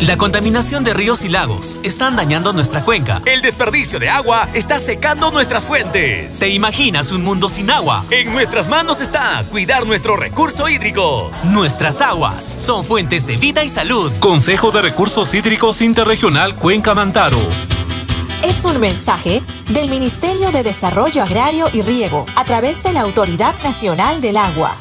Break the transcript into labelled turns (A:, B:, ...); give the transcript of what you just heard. A: La contaminación de ríos y lagos están dañando nuestra cuenca.
B: El desperdicio de agua está secando nuestras fuentes.
A: ¿Te imaginas un mundo sin agua?
B: En nuestras manos está cuidar nuestro recurso hídrico.
A: Nuestras aguas son fuentes de vida y salud.
C: Consejo de Recursos Hídricos Interregional Cuenca Mantaro.
D: Es un mensaje del Ministerio de Desarrollo Agrario y Riego a través de la Autoridad Nacional del Agua.